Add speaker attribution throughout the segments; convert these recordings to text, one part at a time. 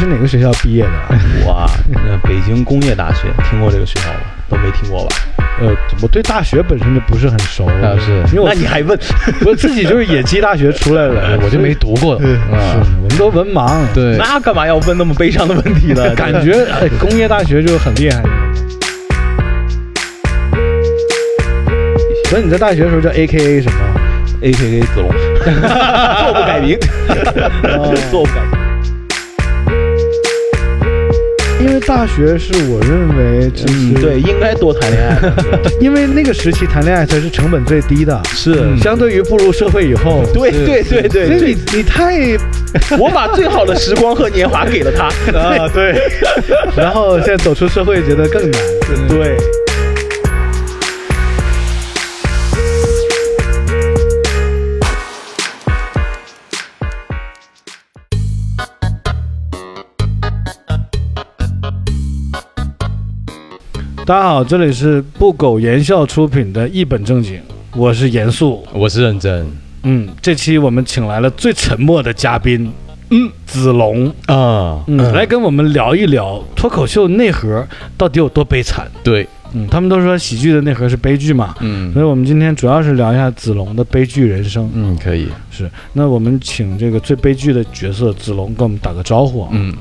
Speaker 1: 是哪个学校毕业的 啊？
Speaker 2: 我啊，那北京工业大学听过这个学校吗？都没听过吧？
Speaker 1: 呃，我对大学本身就不是很熟，
Speaker 3: 啊是
Speaker 1: 因为我
Speaker 2: 那你啊还问？
Speaker 1: 我自己就是野鸡大学出来 的，
Speaker 3: 我就没读过
Speaker 1: 对，
Speaker 2: 嗯
Speaker 3: 啊
Speaker 1: 是，我们都文盲，
Speaker 3: 对，
Speaker 2: 那干嘛要问那么悲伤的问题 呢？
Speaker 1: 感觉哎工业大学就很厉害。所以你在大学的时候叫 A K A 什么？
Speaker 2: A K A 子龙，做不改名，做不改名。
Speaker 1: 因为大学是我认为就是、
Speaker 2: 嗯，对，，应该多谈恋爱。
Speaker 1: 因为那个时期谈恋爱才是成本最低的，
Speaker 2: 是
Speaker 1: 相对于步入社会以后，
Speaker 2: 对对对
Speaker 1: 所以
Speaker 2: 对对，
Speaker 1: 你你太
Speaker 2: 我把最好的时光和年华给了他。啊， 对
Speaker 1: 然后现在走出社会觉得更难。
Speaker 2: 对，
Speaker 1: 大家好，这里是不苟言笑出品的《一本正经》，我是严肃。
Speaker 3: 我是认真
Speaker 1: 嗯，这期我们请来了最沉默的嘉宾，嗯，子龙，
Speaker 3: 啊，
Speaker 1: 嗯，来跟我们聊一聊脱口秀内核到底有多悲惨。
Speaker 3: 对，
Speaker 1: 嗯，他们都说喜剧的内核是悲剧嘛，所
Speaker 3: 嗯
Speaker 1: 以我们今天主要是聊一下子龙的悲剧人生。
Speaker 3: 嗯，可以，
Speaker 1: 是，那我们请这个最悲剧的角色子龙跟我们打个招呼啊。
Speaker 3: 嗯，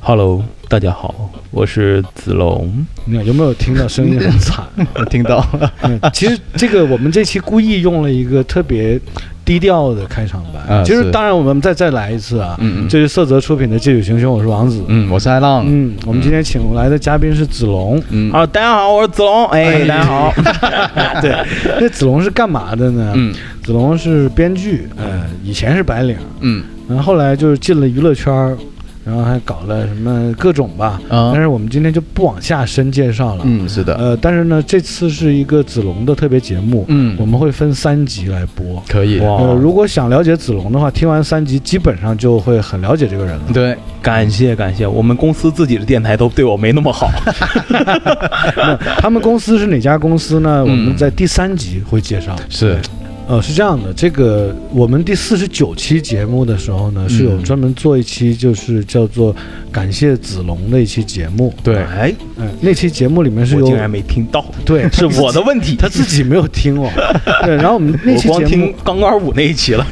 Speaker 2: ，Hello，大家好，我是子 龙。
Speaker 1: 你看有没有听到声音很 惨？
Speaker 3: 我听到了，
Speaker 1: 嗯，其实这个我们这期故意用了一个特别低调的开场白。
Speaker 3: 啊
Speaker 1: 其实
Speaker 3: 是
Speaker 1: 当然我们再再来一次啊，
Speaker 3: 嗯
Speaker 1: 这是色泽出品的《借酒行凶》，我是王子。
Speaker 3: 嗯，我是艾浪，
Speaker 1: 嗯，我们今天请来的嘉宾是子龙。
Speaker 3: 嗯
Speaker 2: 啊，大家好，我是子龙。哎，大家好。
Speaker 1: 对，那子龙是干嘛的呢？
Speaker 3: 嗯
Speaker 1: 子龙是编剧，呃，以前是白领，
Speaker 3: 嗯
Speaker 1: 然后后来就是进了娱乐圈儿，然后还搞了什么各种吧。
Speaker 3: 啊
Speaker 1: 但是我们今天就不往下深介绍了。
Speaker 3: 嗯，是的，
Speaker 1: 呃，但是呢，这次是一个子龙的特别节目，
Speaker 3: 嗯哦
Speaker 1: 我们会分三集来播。
Speaker 3: 可以，
Speaker 2: 哇
Speaker 1: 呃，如果想了解子龙的话，听完三集基本上就会很了解这个人了。
Speaker 3: 对，
Speaker 2: 感谢感谢，我们公司自己的电台都对我没那么好。
Speaker 1: 那他们公司是哪家公司呢？我们
Speaker 3: 嗯
Speaker 1: 在第三集会介绍。
Speaker 3: 是，
Speaker 1: 呃，是这样的，这个我们第四十九期节目的时候呢，是有专门做一期，就是叫做“感谢子龙”的一期节目。
Speaker 3: 对，
Speaker 2: 哎，
Speaker 1: 嗯、那期节目里面是
Speaker 2: 我
Speaker 1: 有
Speaker 2: 竟然没听到，
Speaker 1: 对，
Speaker 2: 是我的问题。
Speaker 1: 他自己没有听哦。对，然后我们那
Speaker 2: 我
Speaker 1: 期
Speaker 2: 光
Speaker 1: 节目
Speaker 2: 听，钢管舞那一期了。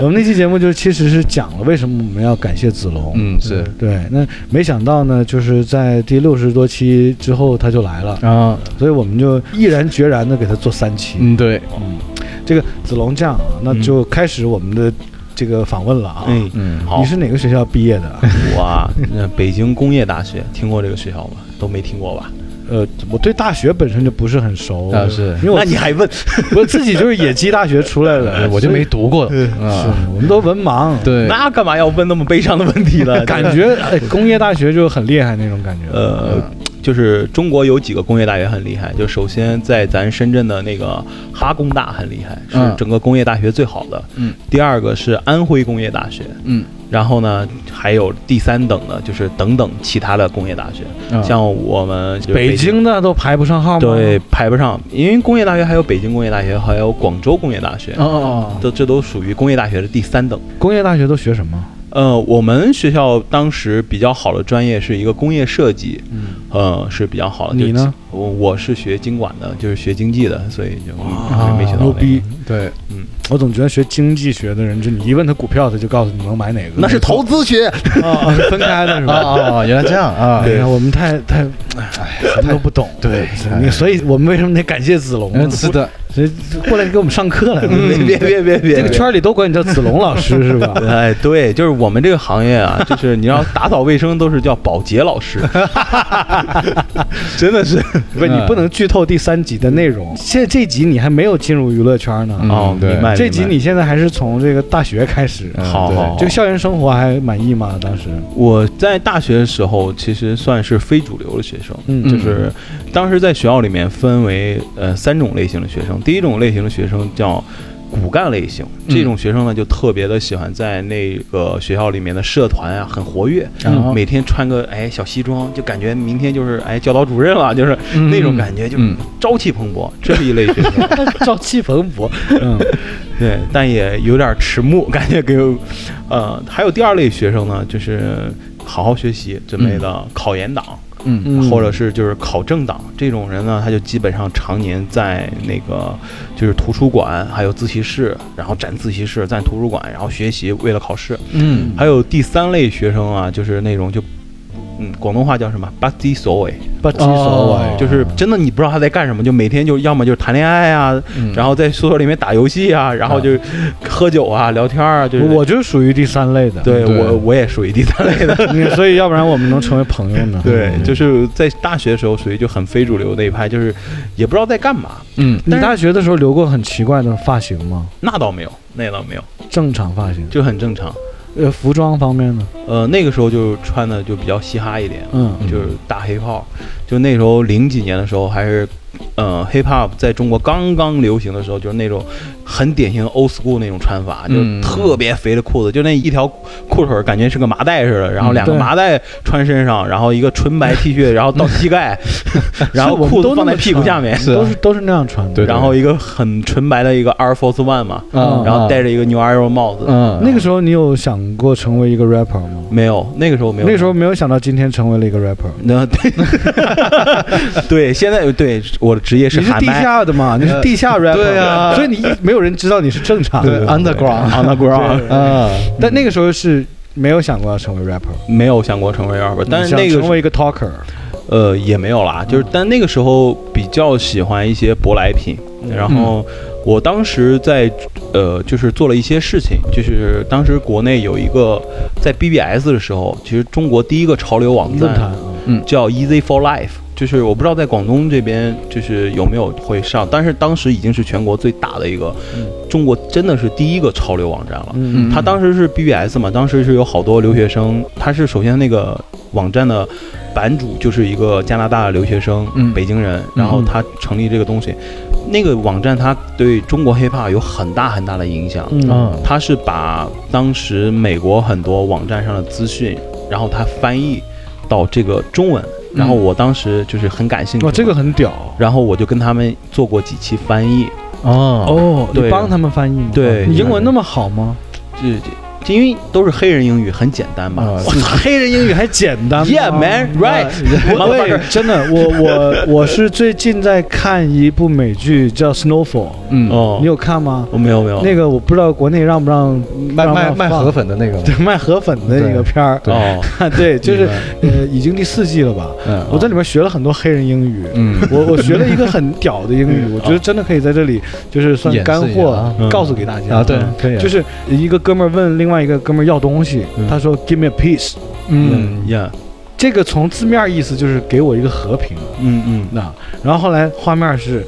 Speaker 1: 我们那期节目就是其实是讲了为什么我们要感谢子龙。
Speaker 3: 嗯是
Speaker 1: 对，那没想到呢，就是在第六十多期之后他就来了，
Speaker 3: 啊，
Speaker 1: 所以我们就毅然决然的给他做三期。
Speaker 3: 嗯对，
Speaker 1: 这个子龙这样啊，那就开始我们的这个访问了啊。
Speaker 2: 嗯，
Speaker 3: 嗯
Speaker 2: 好
Speaker 1: 你，是哪个学校毕业的啊？
Speaker 2: 我啊，那北京工业大学听过这个学校吗？都没听过吧？
Speaker 1: 呃，我对大学本身就不是很熟，
Speaker 3: 啊是
Speaker 1: 因为我
Speaker 2: 那你还问？
Speaker 1: 我自 己就是野鸡大学出来 的，
Speaker 3: 哎我就没读过
Speaker 1: 所以。
Speaker 3: 啊，
Speaker 1: 是我们都文盲，，
Speaker 3: 对，
Speaker 2: 那干嘛要问那么悲伤的问题呢？
Speaker 1: 感觉哎工业大学就很厉害那种感觉。
Speaker 2: 呃，就是中国有几个工业大学很厉害，就首先在咱深圳的那个哈工大很厉害，是
Speaker 3: 嗯
Speaker 2: 整个工业大学最好的。
Speaker 3: 嗯
Speaker 2: 第二个是安徽工业大学，
Speaker 3: 嗯
Speaker 2: 然后呢，还有第三等的，就是等等其他的工业大学，
Speaker 3: 嗯
Speaker 2: 像我们就是
Speaker 1: 北京的都排不上号吗？
Speaker 2: 对，排不上，因为工业大学还有北京工业大学，还有广州工业大学，
Speaker 3: 哦哦哦，
Speaker 2: 都这都属于工业大学的第三等。
Speaker 1: 工业大学都学什么？
Speaker 2: 呃，我们学校当时比较好的专业是一个工业设计，
Speaker 1: 嗯，
Speaker 2: 呃，是比较好的。
Speaker 1: 你
Speaker 2: 就
Speaker 1: 呢？
Speaker 2: 我我是学经管的，就是学经济的，所以就嗯没学到、那
Speaker 1: 啊牛
Speaker 2: 个
Speaker 1: 逼！
Speaker 3: 对，
Speaker 1: 我总觉得学经济学的人，就你一问他股票，他就告诉你能买哪个。
Speaker 2: 那是投资学，
Speaker 1: 啊 啊，是分开的是
Speaker 3: 哦
Speaker 1: 吧？
Speaker 3: 哦哦，原来这样啊，
Speaker 1: 对，我们太太，哎，什么都不懂。哎
Speaker 3: 对
Speaker 1: 你所以我们为什么得感谢子龙呢
Speaker 3: 嗯？是的，
Speaker 1: 谁过来给我们上课来了？
Speaker 2: 别嗯别别别别，
Speaker 1: 嗯这个圈儿里都管你叫子龙老师是 吧？
Speaker 2: 哎，对，就是我们这个行业啊，就是你要打扫卫生都是叫保洁老师，真的是
Speaker 1: 不，你不能剧透第三集的内容。现在这集你还没有进入娱乐圈呢，
Speaker 3: 嗯
Speaker 2: 哦，
Speaker 3: 对
Speaker 2: 明白。
Speaker 1: 这集你
Speaker 2: 明
Speaker 1: 现在还是从这个大学开始。
Speaker 2: 白
Speaker 3: 嗯
Speaker 2: 好
Speaker 3: 对
Speaker 2: 好，好
Speaker 1: 这个校园生活还满意吗？当 时？
Speaker 2: 我在大学的时候其实算是非主流的学生，
Speaker 1: 嗯
Speaker 2: 就是当时在学校里面分为呃三种类型的学生，第一种类型的学生叫。骨干类型，这种学生呢就特别的喜欢在那个学校里面的社团啊很活跃，
Speaker 3: 嗯
Speaker 2: 每天穿个哎小西装，就感觉明天就是哎教导主任了，就是
Speaker 3: 嗯
Speaker 2: 那种感觉，就是
Speaker 3: 嗯
Speaker 2: 朝气蓬勃，这是一类学生。
Speaker 1: 朝气蓬勃，嗯，
Speaker 2: 对，但也有点迟暮，感觉给我，呃，还有第二类学生呢，就是好好学习，准备的考研党，
Speaker 3: 嗯
Speaker 1: 嗯
Speaker 2: 或者是就是考政党这种人呢，他就基本上常年在那个就是图书馆，还有自习室，然后占自习室，占图书馆，然后学习，为了考试。
Speaker 3: 嗯
Speaker 2: 还有第三类学生啊，就是那种就。嗯，广东话叫什么？不知所谓，
Speaker 1: 不知所
Speaker 3: 哦
Speaker 1: 谓，
Speaker 2: 就是真的你不知道他在干什么，就每天就要么就是谈恋爱啊，
Speaker 3: 嗯
Speaker 2: 然后在宿舍里面打游戏啊，然后就喝酒啊、聊天啊，就是
Speaker 1: 哦我就是属于第三类的，
Speaker 2: 对
Speaker 3: 对
Speaker 2: 我我也属于第三类的，
Speaker 1: 你所以要不然我们能成为朋友呢？
Speaker 2: 对，
Speaker 1: 嗯
Speaker 2: 就是在大学的时候属于就很非主流那一派，就是也不知道在干嘛。
Speaker 3: 嗯
Speaker 1: 你大学的时候留过很奇怪的发型吗？
Speaker 2: 那倒没有，那倒没有，
Speaker 1: 正常发型，
Speaker 2: 就很正常。
Speaker 1: 呃，服装方面呢？
Speaker 2: 呃，那个时候就穿的就比较嘻哈一点，
Speaker 1: 嗯
Speaker 2: 就是大黑炮。就那时候零几年的时候，还是呃 hip hop 在中国刚刚流行的时候，就是那种很典型 old school 那种穿法，就是
Speaker 3: 嗯
Speaker 2: 特别肥的裤子，就那一条裤腿儿感觉是个麻袋似的，然后
Speaker 3: 嗯
Speaker 2: 两个
Speaker 1: 对
Speaker 2: 麻袋穿身上，然后一个纯白 T 恤，然后到膝 盖，然后
Speaker 1: 嗯是我们
Speaker 2: 裤
Speaker 1: 都
Speaker 2: 子
Speaker 1: 那
Speaker 2: 放在
Speaker 1: 么
Speaker 2: 屁股下
Speaker 1: 穿
Speaker 2: 面，
Speaker 3: 是啊
Speaker 1: 都是都是那样穿的。
Speaker 3: 对
Speaker 2: 然后一个很纯白的一个 Air Force One 嘛，
Speaker 1: 嗯
Speaker 3: 啊
Speaker 2: 然后戴着一个牛仔肉帽子。
Speaker 3: 嗯
Speaker 1: 那个时候你有想过成为一个 rapper 吗？
Speaker 2: 没有，那个时候没有。
Speaker 1: 那个时候没有想到今天成为了一个 rapper。
Speaker 2: 那 对对，现在对我的职业是
Speaker 1: 你是
Speaker 2: 喊
Speaker 1: 地
Speaker 2: 麦
Speaker 1: 下的嘛？你是地下 rapper，
Speaker 3: 对啊
Speaker 1: 所以你一没有人知道你是正常
Speaker 3: 对嗯
Speaker 1: 的。
Speaker 3: underground
Speaker 2: on the ground，
Speaker 3: 啊
Speaker 1: 但那个时候是没有想过要成为 rapper，
Speaker 2: 没有想过成为 rapper，但是
Speaker 1: 你
Speaker 2: 那
Speaker 1: 嗯想
Speaker 2: 个
Speaker 1: 成为一个嗯 talker，
Speaker 2: 呃也没有啦，就是但那个时候比较喜欢一些舶来品，
Speaker 1: 嗯
Speaker 2: 然后我当时在呃就是做了一些事情，就是当时国内有一个在 BBS 的时候，其实中国第一个潮流网
Speaker 1: 论坛
Speaker 2: 站
Speaker 1: 啊
Speaker 2: 叫 Easy for Life。就是我不知道在广东这边就是有没有会上，但是当时已经是全国最大的一个，中国真的是第一个潮流网站了。
Speaker 1: 嗯
Speaker 2: 他当时是 BBS 嘛，当时是有好多留学生，他是首先那个网站的版主就是一个加拿大留学生，
Speaker 3: 嗯
Speaker 2: 北京人，然后他成立这个东西，那个网站它对中国 hiphop 有很大很大的影响，
Speaker 1: 嗯
Speaker 2: 他是把当时美国很多网站上的资讯，然后他翻译到这个中文，然后我当时就是很感兴
Speaker 1: 嗯
Speaker 2: 趣，
Speaker 1: 哇，这个，很屌
Speaker 2: 然后我就跟他们做过几期翻译，
Speaker 3: 哦
Speaker 1: 哦，
Speaker 2: 对
Speaker 1: 你帮他们翻译吗？
Speaker 2: 对
Speaker 1: 你英文那么好吗？
Speaker 2: 这这因为都是黑人英语，很简单吧？
Speaker 3: 啊
Speaker 2: 我操，黑人英语
Speaker 1: 英语还简单吗
Speaker 2: Yeah, man, right.
Speaker 1: 我我也真的，我我 我是最近在看一部美剧叫《Snowfall》，
Speaker 3: 嗯
Speaker 2: 哦
Speaker 1: 你有看吗？
Speaker 2: 我没有没有
Speaker 1: 那个我不知道国内让不让
Speaker 3: 卖
Speaker 1: 让不
Speaker 3: 卖
Speaker 1: 让
Speaker 3: 卖
Speaker 1: 放
Speaker 3: 河粉的那个
Speaker 1: 对 卖河粉的那个片儿，
Speaker 3: 对
Speaker 2: 哦，
Speaker 1: 对，就是
Speaker 3: 明
Speaker 1: 呃，已经第四季了吧？
Speaker 3: 嗯
Speaker 1: 我在里面学了很多黑人英语，
Speaker 3: 嗯
Speaker 1: 我我学了一个很屌的英语，我觉得真的可以在这里就是算
Speaker 3: 演示
Speaker 1: 干
Speaker 3: 一下
Speaker 1: 货
Speaker 3: 啊
Speaker 2: 嗯
Speaker 1: 告诉给大家
Speaker 3: 啊对可以啊
Speaker 1: 就是一个哥们儿问另外一个哥们儿要东西，他说 “Give me a piece”，
Speaker 2: 嗯呀，
Speaker 1: 这个从字面意思就是给我一个和平，
Speaker 2: 嗯嗯
Speaker 1: 那啊然后后来画面是。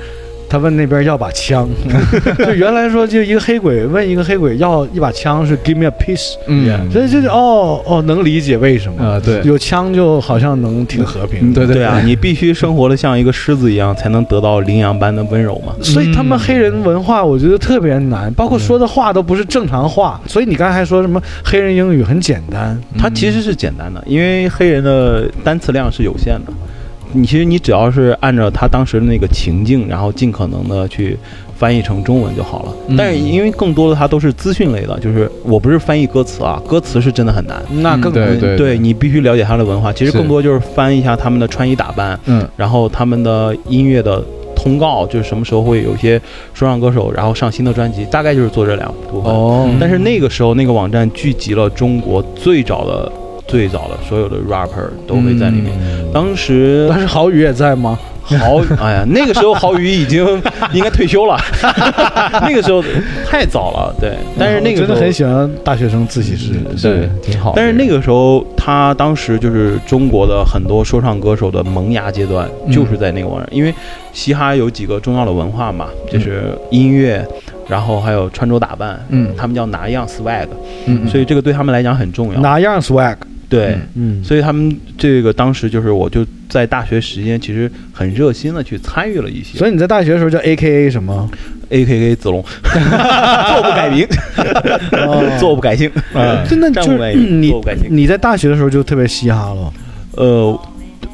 Speaker 1: 他问那边要把枪， 就原来说就一个黑鬼问一个黑鬼要一把枪是 give me a piece，
Speaker 3: 嗯
Speaker 1: 所以就是哦哦能理解为什么
Speaker 2: 嗯
Speaker 3: 啊对
Speaker 1: 有枪就好像能挺和平，
Speaker 3: 对
Speaker 2: 对啊，你必须生活的像一个狮子一样，才能得到羚羊般的温柔嘛。
Speaker 1: 所以他们黑人文化，我觉得特别难，
Speaker 2: 嗯
Speaker 1: 包括说的话都不是正常话。所以你刚才还说什么黑人英语很简单，
Speaker 2: 它其实是简单的，因为黑人的单词量是有限的。你其实你只要是按照他当时的那个情境，然后尽可能的去翻译成中文就好了。
Speaker 3: 嗯
Speaker 2: 但是因为更多的它都是资讯类的，就是我不是翻译歌词啊，歌词是真的很难。嗯
Speaker 1: 那更
Speaker 3: 嗯对对
Speaker 2: 你必须了解他的文化。其实
Speaker 3: 是
Speaker 2: 更多就是翻译一下他们的穿衣打扮，
Speaker 3: 嗯
Speaker 2: 然后他们的音乐的通告，就是什么时候会有一些说唱歌手，然后上新的专辑，大概就是做这两部分。
Speaker 1: 哦
Speaker 2: 但是那个时候，那个网站聚集了中国最早的、最早的所有的 rapper 都会在里面。
Speaker 1: 嗯
Speaker 2: 当时
Speaker 1: 但是郝宇也在吗？
Speaker 2: 郝， 哎呀，那个时候郝宇已经 应该退休了，那个时候太早了，对。但是那个
Speaker 1: 我真
Speaker 2: 时
Speaker 1: 的
Speaker 2: 候
Speaker 1: 很喜欢大学生自习室。
Speaker 3: 对挺好
Speaker 2: 但是那个时候，他当时就是中国的很多说唱歌手的萌芽阶段，
Speaker 3: 嗯
Speaker 2: 就是在那个网站，因为嘻哈有几个重要的文化嘛，就是音乐，然后还有穿着打扮，
Speaker 3: 嗯
Speaker 2: 他们叫拿样 swag，
Speaker 3: 嗯
Speaker 2: 所以这个对他们来讲很重要。
Speaker 1: 哪样 swag？
Speaker 2: 对，
Speaker 1: 嗯，
Speaker 2: 所以他们这个当时就是，我就在大学时间其实很热心的去参与了一些
Speaker 1: 所以你在大学的时候叫 A K A 什么？
Speaker 2: A K K 子龙，坐不改名，
Speaker 1: 哦
Speaker 2: 坐不改姓，
Speaker 3: 嗯
Speaker 1: 真的
Speaker 2: 站
Speaker 1: 就
Speaker 2: 不改
Speaker 1: 是
Speaker 2: 名，
Speaker 1: 你
Speaker 2: 坐不改姓。
Speaker 1: 你在大学的时候就特别嘻哈了，
Speaker 2: 呃，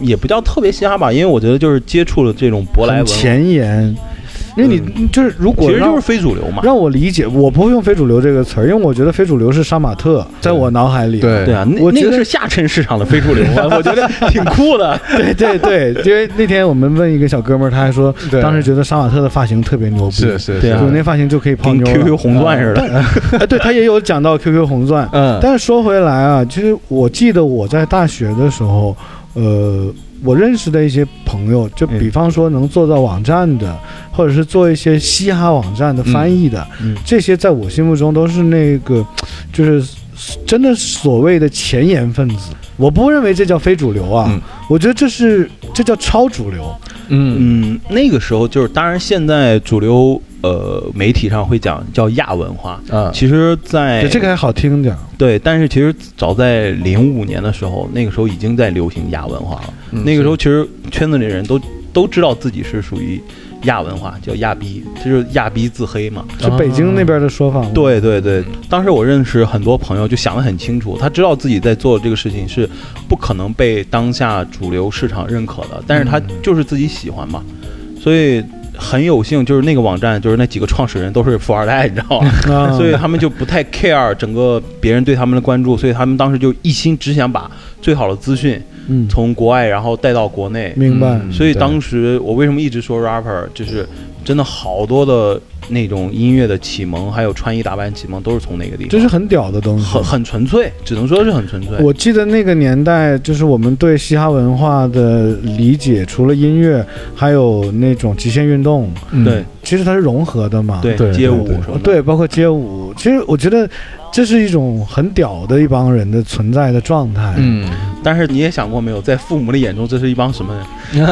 Speaker 2: 也不叫特别嘻哈吧，因为我觉得就是接触了这种舶来
Speaker 1: 很
Speaker 2: 文化，嗯
Speaker 1: 前沿，因为你就是如果
Speaker 2: 其实
Speaker 1: 让
Speaker 2: 就是非主流嘛。
Speaker 1: 让我理解，我不会用非主流这个词儿，因为我觉得非主流是杀马特，在我脑海里，
Speaker 3: 对
Speaker 2: 对啊，那
Speaker 1: 我
Speaker 2: 那
Speaker 1: 觉
Speaker 2: 个
Speaker 1: 得
Speaker 2: 是下沉市场的非主流啊，我觉得挺酷的。
Speaker 1: 对对对，因为那天我们问一个小哥们儿，他还说
Speaker 3: 对
Speaker 1: 当时觉得杀马特的发型特别牛逼，
Speaker 3: 是是
Speaker 2: 对啊
Speaker 1: 就那发型就可以泡
Speaker 2: 跟
Speaker 1: 妞了
Speaker 2: QQ 红钻似的，
Speaker 1: 哎，对他也有讲到 QQ 红钻，
Speaker 3: 嗯
Speaker 1: 但是说回来啊，其实我记得我在大学的时候，呃，我认识的一些朋友，就比
Speaker 2: 嗯
Speaker 1: 方说能做到网站的，或者是做一些嘻哈网站的翻译的，
Speaker 2: 嗯嗯
Speaker 1: 这些在我心目中都是那个，就是真的所谓的前沿分子。我不认为这叫非主流啊，
Speaker 3: 嗯
Speaker 1: 我觉得这是这叫超主流。
Speaker 3: 嗯
Speaker 2: 嗯，那个时候就是，当然现在主流呃媒体上会讲叫亚文化，
Speaker 3: 啊
Speaker 2: 其实在，
Speaker 1: 对这个还好听点儿，
Speaker 2: 对，但是其实早在零五年的时候，那个时候已经在流行亚文化了。那个时候其实圈子里人都都知道自己是属于亚文化，叫亚逼，这就是亚逼自黑嘛。
Speaker 3: 嗯
Speaker 1: 是北京那边的说法吗？
Speaker 2: 啊对对对，当时我认识很多朋友，就想得很清楚，他知道自己在做这个事情是不可能被当下主流市场认可的，但是他就是自己喜欢嘛，所以很有幸，就是那个网站，就是那几个创始人都是富二代，你知道 吗？嗯
Speaker 1: 啊，
Speaker 2: 所以他们就不太 care 整个别人对他们的关注，所以他们当时就一心只想把最好的资讯
Speaker 1: 嗯，
Speaker 2: 从国外然后带到国内，
Speaker 1: 明白。
Speaker 3: 嗯
Speaker 2: 所以
Speaker 3: 对
Speaker 2: 当时我为什么一直说 rapper，就是真的好多的那种音乐的启蒙，还有穿衣打扮启蒙，都是从那个地方，
Speaker 1: 这是很屌的东西，
Speaker 2: 很很纯粹，只能说是很纯粹。
Speaker 1: 我记得那个年代，就是我们对嘻哈文化的理解，除了音乐，还有那种极限运动，
Speaker 3: 嗯
Speaker 2: 对
Speaker 1: 其实它是融合的嘛。
Speaker 2: 对
Speaker 3: 对
Speaker 2: 街舞
Speaker 3: 对
Speaker 2: 什么的，
Speaker 1: 嗯啊对，包括街舞，其实我觉得这是一种很屌的一帮人的存在的状态。，
Speaker 3: 嗯
Speaker 2: 但是你也想过没有，在父母的眼中，这是一帮什么人？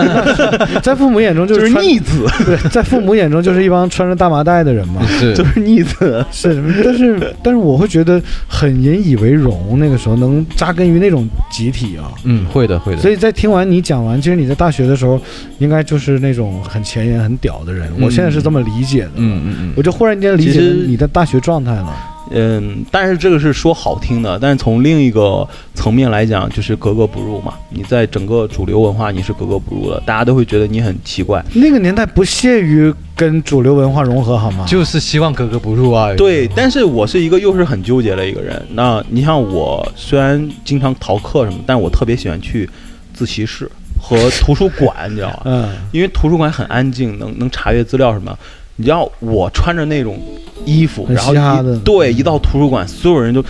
Speaker 1: 在父母眼中就是穿
Speaker 2: 逆子，
Speaker 1: 对，在父母眼中就是一帮穿着大麻袋的人 嘛。
Speaker 3: 是
Speaker 2: 就是逆子。
Speaker 1: 是，但是但是我会觉得很引以为荣，那个时候能扎根于那种集体啊。
Speaker 3: 嗯会的会的，
Speaker 1: 所以在听完你讲完，其实你在大学的时候，应该就是那种很前沿、很屌的人。
Speaker 3: 嗯
Speaker 1: 我现在是这么理解的，
Speaker 3: 嗯嗯
Speaker 1: 我就忽然间理解
Speaker 2: 其
Speaker 1: 了
Speaker 2: 实
Speaker 1: 你的大学状态了。
Speaker 2: 嗯，但是这个是说好听的，但是从另一个层面来讲，就是格格不入嘛。你在整个主流文化，你是格格不入的，大家都会觉得你很奇怪。
Speaker 1: 那个年代不屑于跟主流文化融合，好吗？
Speaker 3: 就是希望格格不入啊，
Speaker 2: 对，但是我是一个又是很纠结的一个人。那你像我，虽然经常逃课什么，但我特别喜欢去自习室和图书馆，你知道吗？
Speaker 1: 嗯，
Speaker 2: 因为图书馆很安静，能能查阅资料什么。你知道我穿着那种衣服，
Speaker 1: 很
Speaker 2: 然后
Speaker 1: 嘻哈的
Speaker 2: 一对一到图书馆，所有人就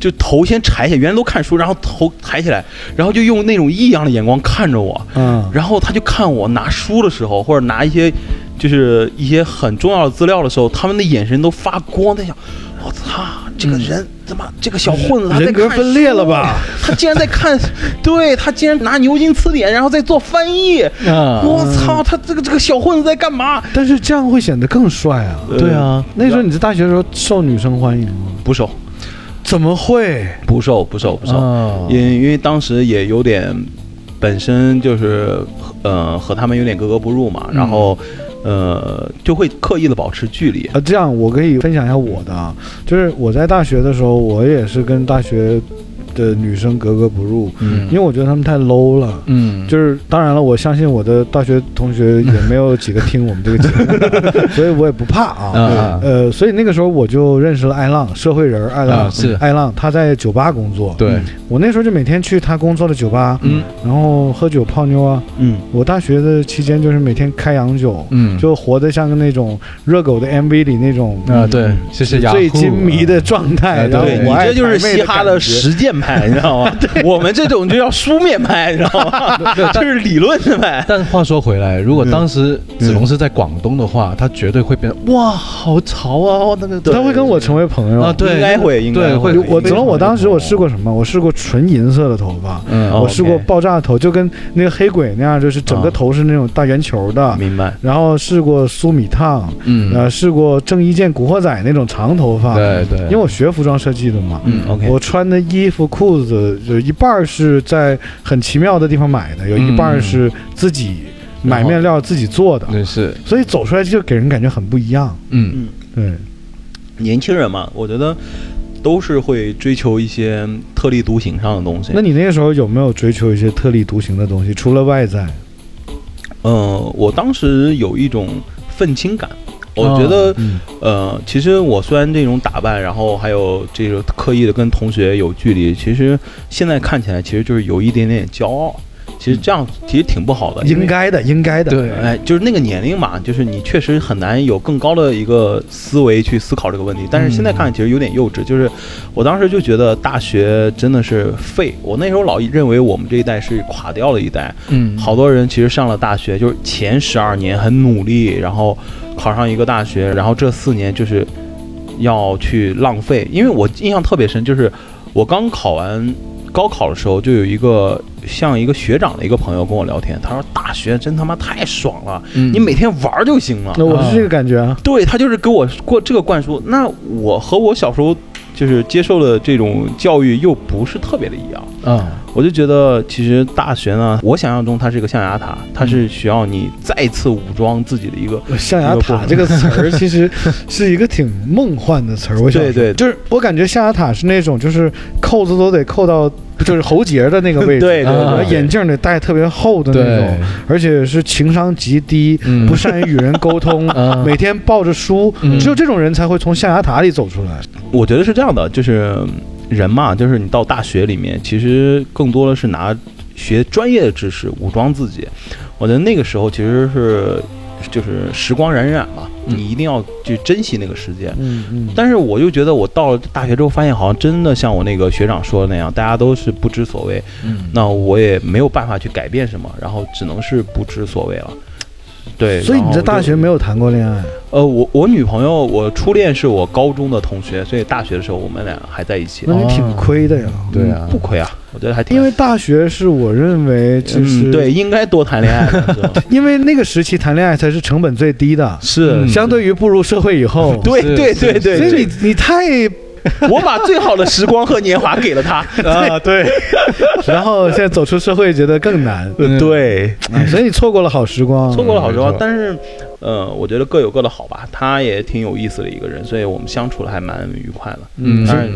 Speaker 2: 就头先抬起来，原来都看书，然后头抬起来，然后就用那种异样的眼光看着我，
Speaker 1: 嗯，
Speaker 2: 然后他就看我拿书的时候，或者拿一些就是一些很重要的资料的时候，他们的眼神都发光，在想，我操，这个人怎么这个小混子他在
Speaker 1: 人格
Speaker 2: 看
Speaker 1: 分裂了
Speaker 2: 书
Speaker 1: 吧？
Speaker 2: 他竟然在看，对他竟然拿牛津词典，然后再做翻译，
Speaker 3: 啊
Speaker 2: 我操，他这个这个小混子在干嘛？
Speaker 1: 但是这样会显得更帅啊。
Speaker 2: 呃
Speaker 3: 对啊，
Speaker 1: 那时候你在大学的时候受女生欢迎吗？
Speaker 2: 不瘦，
Speaker 1: 怎么会？
Speaker 2: 不瘦，不瘦，不瘦。
Speaker 3: 啊
Speaker 2: 因因为当时也有点，本身就是呃和他们有点格格不入嘛，然后呃就会刻意的保持距离。
Speaker 1: 啊，这样我可以分享一下我的啊，就是我在大学的时候，我也是跟大学的女生格格不入，
Speaker 3: 嗯
Speaker 1: 因为我觉得她们太 low 了。
Speaker 3: 嗯
Speaker 1: 就是当然了，我相信我的大学同学也没有几个听我们这个节 目，所以我也不怕啊
Speaker 3: 啊。
Speaker 1: 呃，所以那个时候我就认识了艾浪，社会人儿艾浪
Speaker 3: 啊是
Speaker 1: 艾浪，他在酒吧工作。
Speaker 3: 对
Speaker 1: 我那时候就每天去他工作的酒吧，
Speaker 3: 嗯
Speaker 1: 然后喝酒泡妞啊。
Speaker 2: 嗯，
Speaker 1: 我大学的期间就是每天开洋酒，
Speaker 3: 嗯
Speaker 1: 就活得像个那种热狗的 MV 里那种嗯
Speaker 3: 啊对，谢谢雅
Speaker 1: 最
Speaker 3: 虎
Speaker 1: 金迷的状态。
Speaker 3: 哎
Speaker 1: 然后
Speaker 2: 对
Speaker 3: 对
Speaker 2: 你
Speaker 1: 我爱
Speaker 2: 这就是
Speaker 1: 台妹
Speaker 2: 嘻哈的
Speaker 1: 感觉
Speaker 2: 实践派，你知 道吗？我们这种就叫书面派，你知道吗？ 这是理论的 派。
Speaker 3: 但话说回来，如果当时子龙是在广东的话，他绝对会变哇，好潮啊！哇，那个
Speaker 1: 他会跟我成为朋友
Speaker 3: 啊，对，
Speaker 2: 应该会应该
Speaker 3: 对
Speaker 2: 会
Speaker 3: 会。
Speaker 1: 我
Speaker 2: 非
Speaker 1: 子龙，我
Speaker 2: 常
Speaker 1: 当时我
Speaker 2: 有
Speaker 1: 试过什么？我试过纯银色的头发，
Speaker 3: 嗯
Speaker 2: 哦
Speaker 1: 我试过
Speaker 2: OK
Speaker 1: 爆炸头，就跟那个黑鬼那样，就是整个
Speaker 2: 啊
Speaker 1: 头是那种大圆球的。
Speaker 2: 明白。
Speaker 1: 然后试过苏米烫，
Speaker 3: 嗯，
Speaker 1: 呃，试过郑伊健古惑仔那种长头发。
Speaker 3: 对对，
Speaker 1: 因为我学服装设计的嘛。
Speaker 2: 嗯，OK。
Speaker 1: 我穿的衣服、裤
Speaker 2: 嗯
Speaker 1: 子，有一半儿是在很奇妙的地方买的，有一半儿是自己买面料自己做的，
Speaker 3: 那是，
Speaker 1: 所以走出来就给人感觉很不一样。
Speaker 3: 嗯
Speaker 1: 对，
Speaker 2: 年轻人嘛，我觉得都是会追求一些特立独行上的东西。
Speaker 1: 那你那个时候有没有追求一些特立独行的东西？除了外在，
Speaker 2: 嗯，我当时有一种愤青感，我
Speaker 3: 哦
Speaker 2: 觉得、
Speaker 1: 嗯
Speaker 2: 呃，其实我虽然这种打扮，然后还有这个刻意的跟同学有距离，其实现在看起来其实就是有一点点骄傲。其实这样其实挺不好的，因为
Speaker 1: 应该的，应该的。
Speaker 3: 对
Speaker 2: 哎，就是那个年龄嘛，就是你确实很难有更高的一个思维去思考这个问题。但是现在看其实有点幼稚，就是我当时就觉得大学真的是废。我那时候老认为我们这一代是垮掉的一代，
Speaker 3: 嗯，
Speaker 2: 好多人其实上了大学就是前十二年很努力，然后考上一个大学，然后这四年就是要去浪费。因为我印象特别深，就是我刚考完高考的时候，就有一个像一个学长的一个朋友跟我聊天，他说大学真他妈太爽了，
Speaker 3: 嗯，
Speaker 2: 你每天玩儿就行了。
Speaker 1: 那我是这个感觉啊。
Speaker 2: 对他就是给我过这个灌输，那我和我小时候就是接受的这种教育又不是特别的一样。
Speaker 3: 啊，
Speaker 2: 我就觉得，其实大学呢，我想象中它是一个象牙塔，它是需要你再次武装自己的一个。
Speaker 1: 象牙塔这个词儿其实是一个挺梦幻的词儿，我想
Speaker 2: 对对
Speaker 1: 就是我感觉象牙塔是那种就是扣子都得扣到就是喉结的那个位置，
Speaker 2: 对对
Speaker 1: 然后
Speaker 2: 对，
Speaker 3: 啊
Speaker 1: 眼镜得戴特别厚的那
Speaker 3: 对
Speaker 1: 种，，而且是情商极低，
Speaker 3: 嗯
Speaker 1: 不善于与人沟通，
Speaker 3: 啊
Speaker 1: 每天抱着书，
Speaker 3: 嗯
Speaker 1: 只有这种人才会从象牙塔里走出来。
Speaker 2: 我觉得是这样的，就是人嘛，就是你到大学里面，其实更多的是拿学专业的知识武装自己。我觉得那个时候其实是就是时光荏苒嘛，
Speaker 3: 嗯
Speaker 2: 你一定要去珍惜那个时间。
Speaker 1: 嗯嗯
Speaker 2: 但是我就觉得，我到了大学之后，发现好像真的像我那个学长说的那样，大家都是不知所谓，
Speaker 3: 嗯
Speaker 2: 那我也没有办法去改变什么，然后只能是不知所谓了。对，
Speaker 1: 所以
Speaker 2: 然
Speaker 1: 你
Speaker 2: 后
Speaker 1: 在大
Speaker 2: 就
Speaker 1: 学没有谈过恋爱？
Speaker 2: 呃，我我女朋友，我初恋是我高中的同学，所以大学的时候我们俩还在一起
Speaker 1: 那，你挺亏的呀。
Speaker 3: 对啊
Speaker 2: 不，亏啊，我觉得还挺
Speaker 1: 因为大学是我认为就是、
Speaker 2: 嗯对，应该多谈恋爱的，是吧
Speaker 1: 因为那个时期谈恋爱才是成本最低的，
Speaker 2: 是
Speaker 3: 嗯
Speaker 1: 相对于步入社会以 后，
Speaker 2: 对
Speaker 3: 是
Speaker 2: 对
Speaker 3: 是
Speaker 2: 对对，
Speaker 1: 所以
Speaker 2: 对
Speaker 1: 你你太，
Speaker 2: 我把最好的时光和年华给了 他啊，对
Speaker 1: 然后现在走出社会觉得更 难，
Speaker 3: 嗯
Speaker 2: 对，
Speaker 1: 啊所以你错过了好时光，
Speaker 2: 错过了好时
Speaker 3: 没
Speaker 2: 光
Speaker 3: 错，
Speaker 2: 但是呃，我觉得各有各的好吧，他也挺有意思的一个人，所以我们相处的还蛮愉快的。
Speaker 1: 嗯
Speaker 2: 当然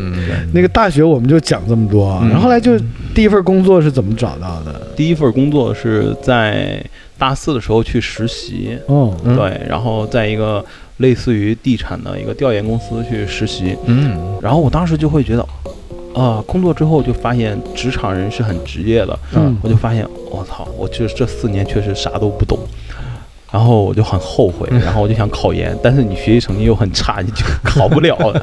Speaker 1: 那个大学我们就讲这么多啊，
Speaker 3: 嗯
Speaker 1: 然后后来就第一份工作是怎么找到的？
Speaker 2: 第一份工作是在大四的时候去实习，
Speaker 1: 哦，
Speaker 3: 嗯
Speaker 2: 对，然后在一个类似于地产的一个调研公司去实习，
Speaker 3: 嗯
Speaker 2: 然后我当时就会觉得，啊、工作之后就发现职场人是很职业的，
Speaker 1: 嗯
Speaker 2: 我就发现我操，我这这四年确实啥都不懂。然后我就很后悔，
Speaker 1: 嗯
Speaker 2: 然后我就想考研，但是你学习成绩又很差， 你就考不了 了。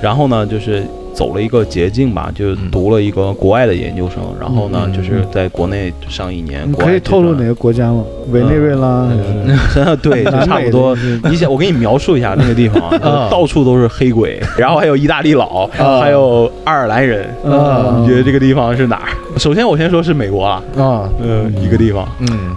Speaker 2: 然后呢，就是走了一个捷径吧，就是读了一个国外的研究生，然后呢，
Speaker 3: 嗯
Speaker 2: 就是在国内上一年。
Speaker 1: 你嗯
Speaker 2: 国
Speaker 1: 可
Speaker 2: 外
Speaker 1: 以
Speaker 2: 这
Speaker 1: 透露
Speaker 2: 段
Speaker 1: 哪个国家吗？委内瑞拉还是
Speaker 2: 真的嗯 对，就
Speaker 1: 南
Speaker 2: 差
Speaker 1: 美
Speaker 2: 不
Speaker 1: 的
Speaker 2: 多
Speaker 1: 一。些
Speaker 2: 你想，我给你描述一下那个地方，啊就是到处都是黑鬼，然后还有意大利佬，
Speaker 3: 啊
Speaker 2: 还有爱尔兰人。
Speaker 1: 啊
Speaker 2: 你觉得这个地方是哪儿？首先，我先说是美国啊，
Speaker 3: 啊，
Speaker 2: 嗯，一个地方，
Speaker 3: 嗯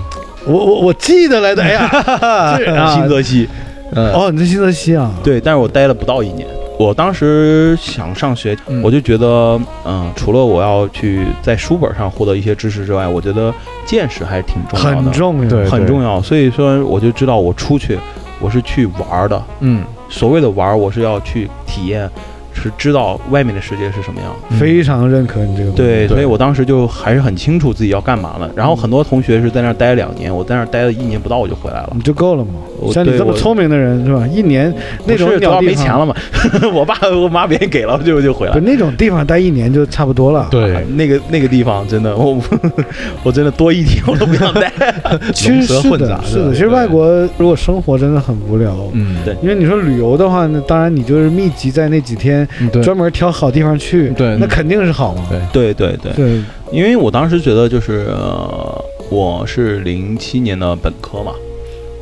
Speaker 1: 我我我记得来的，哎呀， 是啊
Speaker 2: 新泽西。
Speaker 3: 嗯
Speaker 1: 哦，你在新泽西啊？
Speaker 2: 对，但是我待了不到一年。我当时想上学，
Speaker 3: 嗯
Speaker 2: 我就觉得，嗯，除了我要去在书本上获得一些知识之外，我觉得见识还是挺重要
Speaker 1: 很
Speaker 2: 的，
Speaker 1: 重要，
Speaker 3: 对
Speaker 2: 很重要。所以说，我就知道我出去，我是去玩儿的，
Speaker 3: 嗯，
Speaker 2: 所谓的玩儿，我是要去体验，是知道外面的世界是什么样。
Speaker 1: 非常认可你这个观点。
Speaker 2: 对，所以我当时就还是很清楚自己要干嘛的。然后很多同学是在那儿待了两年，我在那儿待了一年不到我就回来了
Speaker 1: 啊你。就够了嘛？
Speaker 2: 我
Speaker 1: 像你
Speaker 2: 对
Speaker 1: 这么
Speaker 2: 我
Speaker 1: 聪明的人是吧？一年那
Speaker 2: 不
Speaker 1: 种
Speaker 2: 是主
Speaker 1: 鸟
Speaker 2: 要
Speaker 1: 地
Speaker 2: 没钱
Speaker 1: 方，
Speaker 2: 了嘛， 我爸我妈别人给了，就就回来
Speaker 1: 不
Speaker 2: 了啊
Speaker 1: 是。那种地方待一年就差不多了。，
Speaker 3: 对，
Speaker 2: 那个那个地方真的，我 我真的多一天我都不想待。
Speaker 1: 其实
Speaker 2: 龙蛇
Speaker 1: 是
Speaker 2: 混杂
Speaker 1: 的，是的。
Speaker 2: 对
Speaker 1: 其实外国如果生活真的很无聊，
Speaker 3: 嗯
Speaker 2: 对
Speaker 1: 因为你说旅游的话，那当然你就是密集在那几天，
Speaker 3: 对
Speaker 1: 专门挑好地方去，
Speaker 3: 对
Speaker 1: 那肯定是好嘛。
Speaker 3: 对
Speaker 2: 嗯对对对，
Speaker 1: 对，
Speaker 2: 因为我当时觉得就是、呃、我是零七年的本科嘛，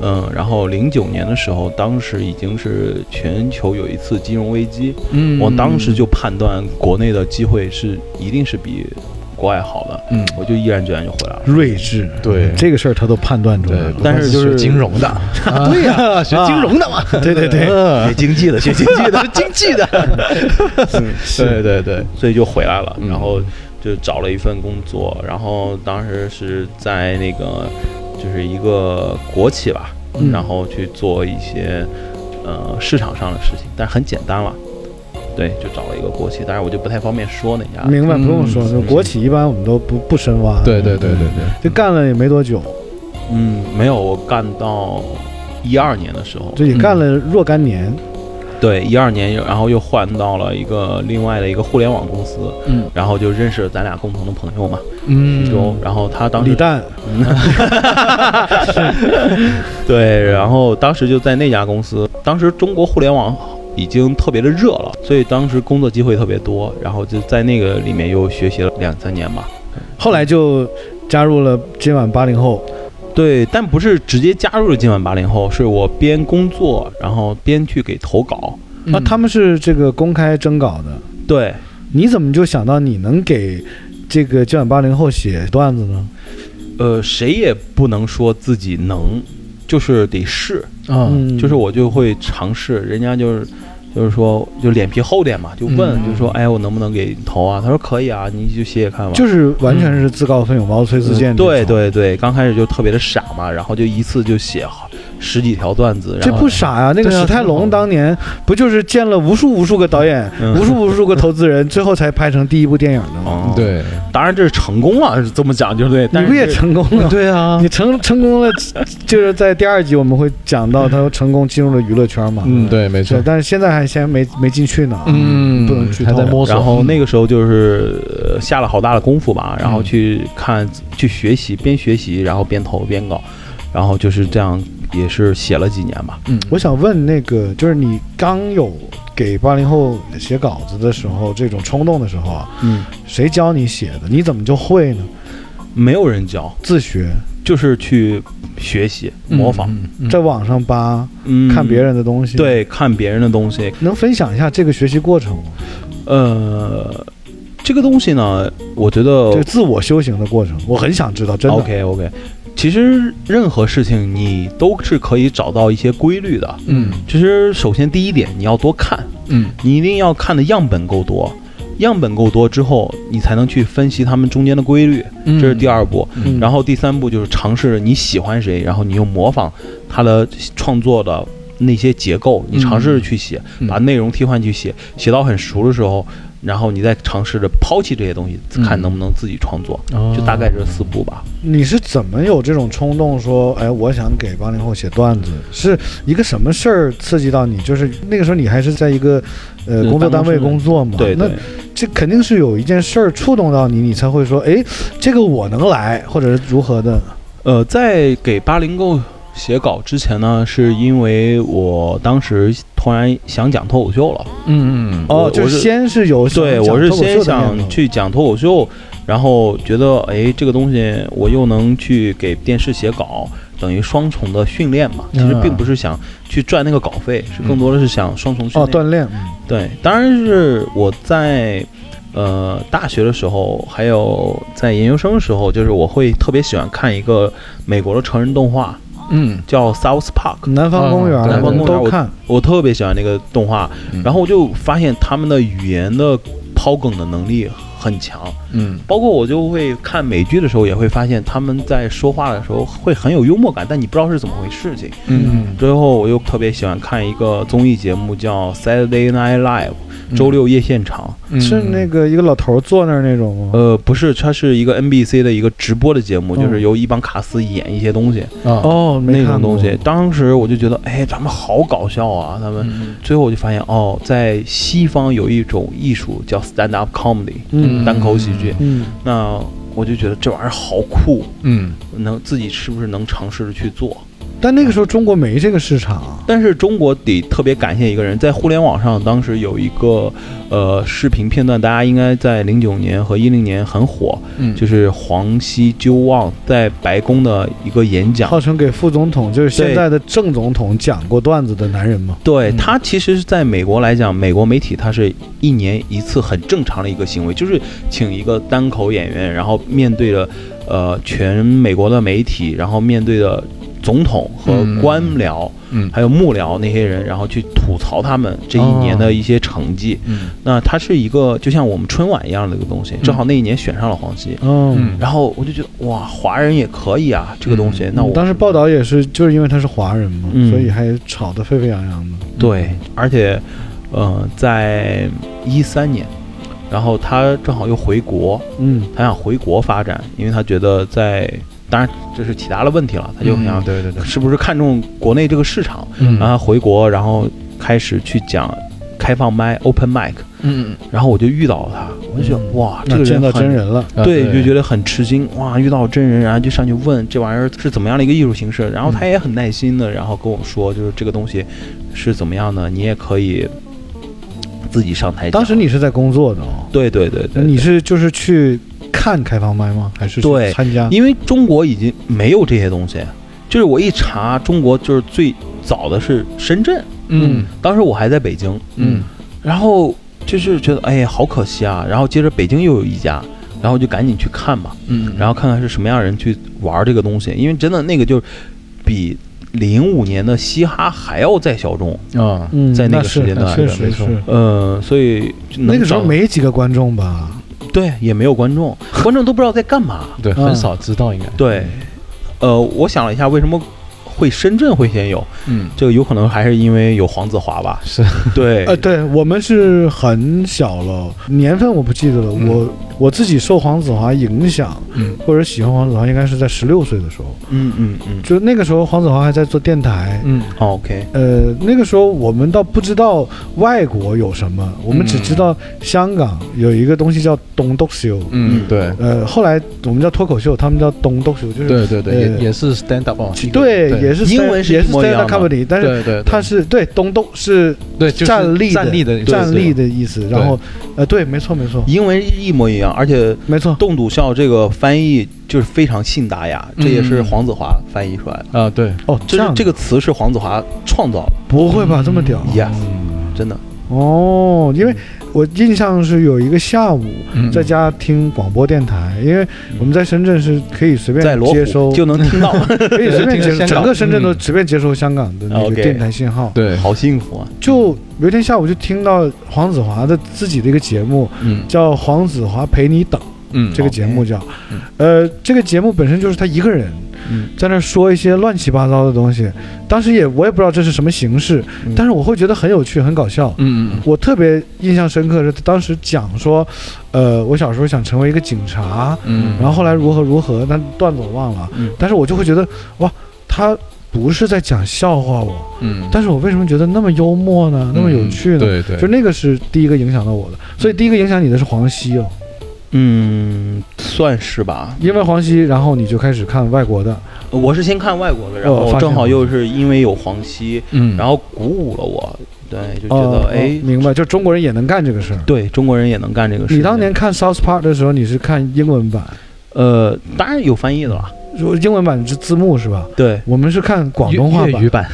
Speaker 2: 嗯，然后零九年的时候，当时已经是全球有一次金融危机，
Speaker 3: 嗯
Speaker 2: 我当时就判断国内的机会是一定是比国外好的，
Speaker 3: 嗯
Speaker 2: 我就毅然决然就回来了。
Speaker 1: 睿智，
Speaker 3: 对
Speaker 1: 这个事儿他都判断出来
Speaker 3: 对
Speaker 1: 了，。
Speaker 2: 但是就是
Speaker 3: 学金融的，啊对呀，学金融的嘛， 嗯
Speaker 1: 对对对，
Speaker 2: 呃
Speaker 3: 对，
Speaker 2: 经济的，学经 济的，
Speaker 3: 是呃经济的，对对对，
Speaker 2: 所以就回来了，
Speaker 3: 嗯
Speaker 2: 然后就找了一份工作，然后当时是在那个就是一个国企吧，
Speaker 1: 嗯
Speaker 2: 然后去做一些呃市场上的事情，但是很简单了。对，就找了一个国企，当然我就不太方便说那家。
Speaker 1: 明白，
Speaker 3: 嗯
Speaker 1: 不用说，就国企一般我们都不不深挖。
Speaker 3: 对对对对，对，
Speaker 1: 就干了也没多久，
Speaker 2: 嗯，没有，我干到一二年的时候，
Speaker 1: 就也干了若干年。
Speaker 2: 对，一二年，然后又换到了一个另外的一个互联网公司，
Speaker 3: 嗯
Speaker 2: 然后就认识了咱俩共同的朋友嘛，
Speaker 3: 嗯
Speaker 2: 就然后他当
Speaker 1: 李
Speaker 2: 时
Speaker 1: 诞，
Speaker 2: 对，然后当时就在那家公司，当时中国互联网已经特别的热了，所以当时工作机会特别多，然后就在那个里面又学习了两三年吧。
Speaker 1: 后来就加入了今晚八零后。
Speaker 2: 对，但不是直接加入了今晚八零后，是我边工作，然后边去给投稿。
Speaker 1: 那他们是这个公开征稿的，
Speaker 2: 对，
Speaker 1: 你怎么就想到你能给这个今晚八零后写段子呢？
Speaker 2: 呃，谁也不能说自己能，就是得试。
Speaker 3: 啊
Speaker 1: 嗯
Speaker 2: 就是我就会尝试，人家就是就是说就脸皮厚点嘛，就问、
Speaker 3: 嗯
Speaker 2: 就说哎我能不能给你投啊？他说可以啊，你就写写看吧。
Speaker 1: 就是完全是自告奋勇、毛遂自荐、
Speaker 2: 嗯对，对对，刚开始就特别的傻嘛，然后就一次就写好十几条段子，
Speaker 1: 这
Speaker 2: 然后
Speaker 1: 不傻呀、那个
Speaker 3: 对啊
Speaker 1: 史泰龙当年不就是见了无数无数个导演、
Speaker 2: 嗯
Speaker 1: 无数无数个投资 人，最后才拍成第一部电影的吗？
Speaker 2: 哦，
Speaker 3: 对，
Speaker 2: 当然这是成功了，是这么讲就对，
Speaker 1: 你
Speaker 2: 但
Speaker 1: 不也
Speaker 2: 是
Speaker 1: 成功了？
Speaker 3: 对啊
Speaker 1: 你，成成功了，就是在第二集我们会讲到他成功进入了娱乐圈嘛。
Speaker 3: 嗯，对，没错
Speaker 1: 对，，但是现在还先没没进去呢。
Speaker 3: 嗯，
Speaker 1: 不能剧透
Speaker 3: 还在摸索，
Speaker 2: 然后那个时候就是呃下了好大的功夫吧，然后
Speaker 1: 嗯
Speaker 2: 去看、去学习，边学习然后边投边搞，然后就是这样，也是写了几年吧。
Speaker 3: 嗯，
Speaker 1: 我想问那个，就是你刚有给八零后写稿子的时候，这种冲动的时候啊，
Speaker 2: 嗯，
Speaker 1: 谁教你写的？你怎么就会呢？
Speaker 2: 没有人教，
Speaker 1: 自学，
Speaker 2: 就是去学习模仿，
Speaker 3: 嗯，嗯
Speaker 1: 在网上扒，
Speaker 2: 嗯
Speaker 1: 看别人的东西。，
Speaker 2: 对看别人的东西，
Speaker 1: 能分享一下这个学习过程吗？
Speaker 2: 呃，这个东西呢，我觉得
Speaker 1: 这个自我修行的过程，我很想知道，真的。
Speaker 2: 哦 OK OK，其实任何事情你都是可以找到一些规律的。
Speaker 3: 嗯
Speaker 2: 其实首先第一点，你要多看，
Speaker 3: 嗯
Speaker 2: 你一定要看的样本够多，样本够多之后，你才能去分析它们中间的规律，
Speaker 3: 嗯，
Speaker 2: 这是第二步。
Speaker 1: 嗯
Speaker 2: 然后第三步就是尝试你喜欢谁，然后你用模仿他的创作的那些结构，你尝试着去写，
Speaker 3: 嗯
Speaker 2: 把内容替换去写，写到很熟的时候，然后你再尝试着抛弃这些东西，看
Speaker 3: 嗯
Speaker 2: 能不能自己创作。
Speaker 3: 哦，
Speaker 2: 就大概这四步吧。
Speaker 1: 你是怎么有这种冲动说，哎，我想给八零后写段子？是一个什么事儿刺激到你？就是那个时候你还是在一个呃
Speaker 2: 嗯
Speaker 1: 工作单
Speaker 2: 办公
Speaker 1: 位
Speaker 2: 室
Speaker 1: 工作嘛？
Speaker 2: 对对
Speaker 1: 那。这肯定是有一件事儿触动到你，你才会说，哎，这个我能来，或者是如何的。
Speaker 2: 呃，在给八零后写稿之前呢，是因为我当时突然想讲脱口秀了。
Speaker 3: 嗯嗯
Speaker 2: 我
Speaker 1: 哦，就
Speaker 2: 我
Speaker 1: 是
Speaker 2: 是
Speaker 1: 先是有想
Speaker 2: 对，
Speaker 1: 讲
Speaker 2: 我是
Speaker 1: 脱口秀的
Speaker 2: 先
Speaker 1: 念
Speaker 2: 想
Speaker 1: 头，
Speaker 2: 去讲脱口秀，然后觉得哎，这个东西我又能去给电视写稿，等于双重的训练嘛。其实
Speaker 3: 嗯
Speaker 2: 并不是想去赚那个稿费，是更多的是想双重
Speaker 1: 嗯
Speaker 2: 训
Speaker 1: 哦
Speaker 2: 练。
Speaker 1: 锻炼，
Speaker 2: 对，当然是我在呃大学的时候，还有在研究生的时候，就是我会特别喜欢看一个美国的成人动画，
Speaker 3: 嗯
Speaker 2: 叫 South Park，
Speaker 1: 南方公园，
Speaker 3: 嗯南方
Speaker 2: 公园
Speaker 1: 都看，
Speaker 2: 我特别喜欢那个动画，
Speaker 3: 嗯
Speaker 2: 然后我就发现他们的语言的抛梗的能力很强，
Speaker 3: 嗯
Speaker 2: 包括我就会看美剧的时候，也会发现他们在说话的时候会很有幽默感，但你不知道是怎么回事情。
Speaker 3: 嗯
Speaker 2: 最后我又特别喜欢看一个综艺节目叫 Saturday Night Live，周六夜现场。
Speaker 3: 嗯，
Speaker 1: 是那个一个老头坐那儿那种吗？
Speaker 2: 呃，不是，它是一个 NBC 的一个直播的节目，就
Speaker 1: 嗯
Speaker 2: 是由一帮卡司演一些东西，
Speaker 3: 哦
Speaker 1: 哦，没
Speaker 2: 呃那
Speaker 1: 看
Speaker 2: 种
Speaker 1: 过
Speaker 2: 东西。当时我就觉得，哎，咱们好搞笑啊！他们、
Speaker 3: 嗯
Speaker 2: 最后我就发现，哦，在西方有一种艺术叫 stand up comedy，
Speaker 1: 嗯
Speaker 2: 单口喜剧。
Speaker 1: 嗯，
Speaker 2: 那我就觉得这玩意儿好酷，
Speaker 3: 嗯
Speaker 2: 能自己是不是能尝试着去做？
Speaker 1: 但那个时候中国没这个市场，
Speaker 2: 但是中国得特别感谢一个人，在互联网上，当时有一个呃视频片段，大家应该在零九年和一零年很火，
Speaker 3: 嗯
Speaker 2: 就是黄西鸠望在白宫的一个演讲。
Speaker 1: 号称给副总统，就是现
Speaker 2: 对
Speaker 1: 在的正总统讲过段子的男人嘛。
Speaker 2: 对
Speaker 3: 嗯
Speaker 2: 他其实是在美国来讲，美国媒体它是一年一次很正常的一个行为，就是请一个单口演员，然后面对着呃全美国的媒体，然后面对着总统和官僚，
Speaker 3: 嗯
Speaker 2: 还有幕僚那些人，然后去吐槽他们这一年的一些成绩。
Speaker 3: 嗯
Speaker 2: 那它是一个就像我们春晚一样的一个东西，正好那一年选上了黄西，
Speaker 1: 嗯，
Speaker 2: 然后我就觉得哇，华人也可以啊，这个东
Speaker 3: 嗯
Speaker 2: 西。那我
Speaker 1: 当时报道也是，就是因为他是华人嘛，
Speaker 2: 嗯
Speaker 1: 所以还吵得沸沸扬扬的。
Speaker 2: 对，而且，呃，在一三年，然后他正好又回国，
Speaker 1: 嗯
Speaker 2: 他想回国发展，因为他觉得在，当然这是其他的问题了，他就
Speaker 1: 嗯
Speaker 2: 想
Speaker 3: 对对对，
Speaker 2: 是不是看中国内这个市场，
Speaker 3: 嗯
Speaker 2: 然后他回国，然后开始去讲开放麦 open mic，
Speaker 3: 嗯
Speaker 2: 然后我就遇到他，我就觉得
Speaker 1: 嗯
Speaker 2: 哇，这
Speaker 1: 那
Speaker 2: 个
Speaker 1: 见
Speaker 2: 人
Speaker 1: 到
Speaker 2: 很
Speaker 1: 真。人了，
Speaker 3: 嗯
Speaker 2: 对，就觉得很吃惊哇！遇到真人，然后就上去问这玩意儿是怎么样的一个艺术形式，然后
Speaker 1: 嗯
Speaker 2: 他也很耐心的，然后跟我说，就是这个东西是怎么样的，你也可以自己上台讲。
Speaker 1: 当时你是在工作的哦，
Speaker 2: 对对对对，
Speaker 1: 你是就是去看开放麦吗？还是去
Speaker 2: 对
Speaker 1: 参加？
Speaker 2: 因为中国已经没有这些东西，就是我一查，中国就是最早的是深圳，
Speaker 3: 嗯
Speaker 2: 当时我还在北京，
Speaker 3: 嗯
Speaker 2: 然后就是觉得哎呀好可惜啊，然后接着北京又有一家，然后就赶紧去看吧。
Speaker 3: 嗯，
Speaker 2: 然后看看是什么样的人去玩这个东西，因为真的那个就是比零五年的嘻哈还要再小众，
Speaker 3: 后啊，
Speaker 1: 嗯，
Speaker 2: 在那个
Speaker 1: 是
Speaker 2: 时间段
Speaker 1: 确
Speaker 2: 是
Speaker 1: 实
Speaker 3: 没错
Speaker 1: 是
Speaker 2: 呃，所以就能
Speaker 1: 那个时候
Speaker 2: 找
Speaker 1: 没几个观众吧？
Speaker 2: 对也没有 观众，观众都不知道在干嘛。
Speaker 3: 对，
Speaker 1: 嗯
Speaker 3: 很少知道应该，
Speaker 2: 对，呃，我想了一下，为什么会深圳会先有？
Speaker 3: 嗯
Speaker 2: 这个有可能还是因为有黄子 华吧？
Speaker 3: 是，
Speaker 2: 对，
Speaker 1: 呃，对我们是很小了，年份我不记得了。
Speaker 3: 嗯
Speaker 1: 我我自己受黄子华影响，
Speaker 3: 嗯
Speaker 1: 或者喜欢黄子华，应该是在十六岁的时候。
Speaker 2: 嗯嗯嗯哦
Speaker 1: 就那个时候，黄子华还在做电台。
Speaker 3: 嗯
Speaker 2: ，OK，
Speaker 1: 呃，那个时候我们倒不知道外国有什么，我们只
Speaker 2: 嗯
Speaker 1: 知道香港有一个东西叫东斗秀。
Speaker 3: 嗯，对
Speaker 1: 呃，后来我们叫脱口秀，他们叫东斗秀，就是
Speaker 3: 对对对，
Speaker 1: 呃
Speaker 3: 也也是 stand up 哦，
Speaker 1: 对，
Speaker 3: 对
Speaker 1: 也是
Speaker 2: 英
Speaker 1: stand-
Speaker 2: 文是
Speaker 1: 也
Speaker 2: 一
Speaker 1: 是
Speaker 2: 模一
Speaker 1: stand
Speaker 2: 样
Speaker 1: up
Speaker 2: 的
Speaker 1: comedy，但是
Speaker 3: 对对，
Speaker 1: 它是对东斗是
Speaker 3: 对就是
Speaker 1: 站立
Speaker 3: 站立的
Speaker 1: 站立
Speaker 3: 的，
Speaker 1: 的意思，然后呃，对，没错没错
Speaker 2: 英文一模一样，而且
Speaker 1: 没错，
Speaker 2: 冻笃笑这个翻译就是非常信达雅，这也是
Speaker 3: 嗯
Speaker 2: 黄子华翻译出来的。
Speaker 3: 啊对，
Speaker 1: 哦，
Speaker 2: 这
Speaker 1: 样
Speaker 2: 是
Speaker 1: 的
Speaker 2: 这个词是黄子华创造的
Speaker 1: 不会
Speaker 3: 嗯
Speaker 1: 吧，这么屌
Speaker 2: ，yes，真的，
Speaker 1: 哦，因为我印象是有一个下午
Speaker 3: 嗯
Speaker 1: 在家听广播电台，因为我们在深圳是可以随
Speaker 2: 在
Speaker 1: 便
Speaker 2: 罗
Speaker 1: 接
Speaker 2: 湖
Speaker 1: 收，
Speaker 2: 就能 听到，
Speaker 1: 可以随便接
Speaker 3: 听
Speaker 1: 收，
Speaker 3: 着香港
Speaker 1: 整个深圳都
Speaker 3: 嗯哦
Speaker 1: 随便接收香港的那个
Speaker 2: OK
Speaker 1: 电台信号。
Speaker 3: 对，
Speaker 2: 好幸福啊！
Speaker 1: 就有一天下午就听到黄子华的自己的一个节目，
Speaker 3: 嗯
Speaker 1: 叫《黄子华陪你等》。
Speaker 3: 嗯
Speaker 1: 这个节目叫
Speaker 3: OK，
Speaker 1: 呃，这个节目本身就是他一个人
Speaker 2: 嗯
Speaker 1: 在那儿说一些乱七八糟的东西。当时也我也不知道这是什么形式
Speaker 2: 嗯，
Speaker 1: 但是我会觉得很有趣、很搞笑。
Speaker 3: 嗯
Speaker 1: 我特别印象深刻是他当时讲说，呃，我小时候想成为一个警察，
Speaker 3: 嗯，
Speaker 1: 然后后来如何如何，但段子我忘了
Speaker 2: 嗯。
Speaker 1: 但是我就会觉得，哇，他不是在讲笑话我，
Speaker 3: 嗯，
Speaker 1: 但是我为什么觉得那么幽默呢？那么有趣呢？
Speaker 3: 对对，
Speaker 1: 就那个是第一个影响到我的，所以第一个影响你的是黄西哦。
Speaker 2: 嗯，算是吧。
Speaker 1: 因为黄西，然后你就开始看外国的，
Speaker 2: 我是先看外国的，然
Speaker 1: 哦发
Speaker 2: 后
Speaker 1: 现
Speaker 2: 正好
Speaker 1: 了
Speaker 2: 又是因为有黄西，
Speaker 3: 嗯，
Speaker 2: 然
Speaker 3: 后
Speaker 2: 后鼓舞了我，对，就觉
Speaker 1: 哦
Speaker 2: 得
Speaker 1: 哦
Speaker 2: 哎，
Speaker 1: 明白，就中国人也能干这个事儿。
Speaker 2: 对中国人也能干这个事。
Speaker 1: 你当年看 South Park 的时候，你是看英文版，
Speaker 2: 呃，当然有翻译的了，
Speaker 1: 如果英文版是字幕是吧？
Speaker 2: 对
Speaker 1: 我们是看广东话
Speaker 3: 粤
Speaker 1: 版
Speaker 3: 语，版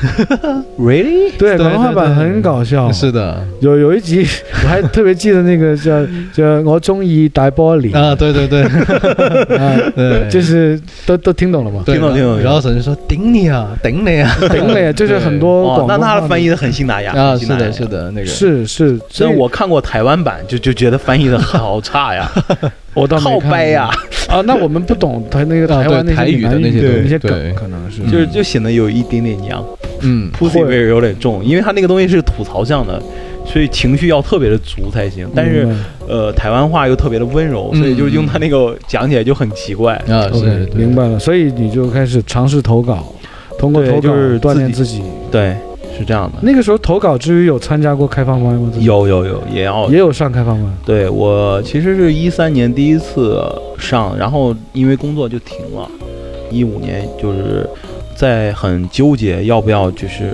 Speaker 2: ，really，
Speaker 1: 对，
Speaker 3: 对
Speaker 1: 广东话版
Speaker 3: 对对
Speaker 1: 很搞笑。
Speaker 3: 是的
Speaker 1: 有有一集我还特别记得那 个叫叫我中意大玻璃
Speaker 3: 啊，对对对
Speaker 1: 啊，
Speaker 3: 对，
Speaker 1: 就是都都听懂了嘛？
Speaker 3: 对
Speaker 2: 听懂听懂
Speaker 3: 然后沈就说顶你啊，顶你啊，
Speaker 1: 懂了呀，就是很多
Speaker 2: 哦
Speaker 1: 广，
Speaker 2: 那
Speaker 1: 东
Speaker 2: 他
Speaker 1: 话
Speaker 2: 的翻译的很信达雅
Speaker 3: 啊，
Speaker 2: 很
Speaker 3: 是
Speaker 2: 信达雅
Speaker 3: 的，是。的，那个
Speaker 1: 是是，
Speaker 2: 虽
Speaker 1: 所以
Speaker 2: 然我看过台湾版，就就觉得翻译的好差呀，
Speaker 1: 我倒没
Speaker 2: 靠
Speaker 1: 看
Speaker 2: 掰
Speaker 1: 过
Speaker 2: 呀，
Speaker 1: 啊，那我们不懂他那个
Speaker 3: 啊
Speaker 1: 台湾那
Speaker 3: 对
Speaker 1: 些
Speaker 3: 台语的
Speaker 1: 闽南
Speaker 3: 那些
Speaker 1: 语
Speaker 3: 东
Speaker 1: 那
Speaker 3: 西
Speaker 1: 些
Speaker 3: 对
Speaker 1: 梗，可能是
Speaker 2: 就是就显得有一点点娘。
Speaker 3: 嗯
Speaker 2: pussy
Speaker 1: 会
Speaker 2: 味儿有点重，因为它那个东西是吐槽向的，所以情绪要特别的足才行。但是
Speaker 1: 明白
Speaker 2: 呃，台湾话又特别的温柔，
Speaker 1: 嗯
Speaker 2: 所以就是用它那个讲起来就很奇怪。
Speaker 3: 啊，是
Speaker 1: OK，明，白了，所以你就开始尝试投稿，通过
Speaker 2: 对
Speaker 1: 投稿
Speaker 2: 就是
Speaker 1: 锻炼自
Speaker 2: 自
Speaker 1: 己。
Speaker 2: 对，是这样的。
Speaker 1: 那个时候投稿之余有参加过开放麦吗？自己，
Speaker 2: 有有有，也要
Speaker 1: 也有上开放麦。
Speaker 2: 对我其实是一三年第一次上，然后因为工作就停了，一五年就是在很纠结要不要就是。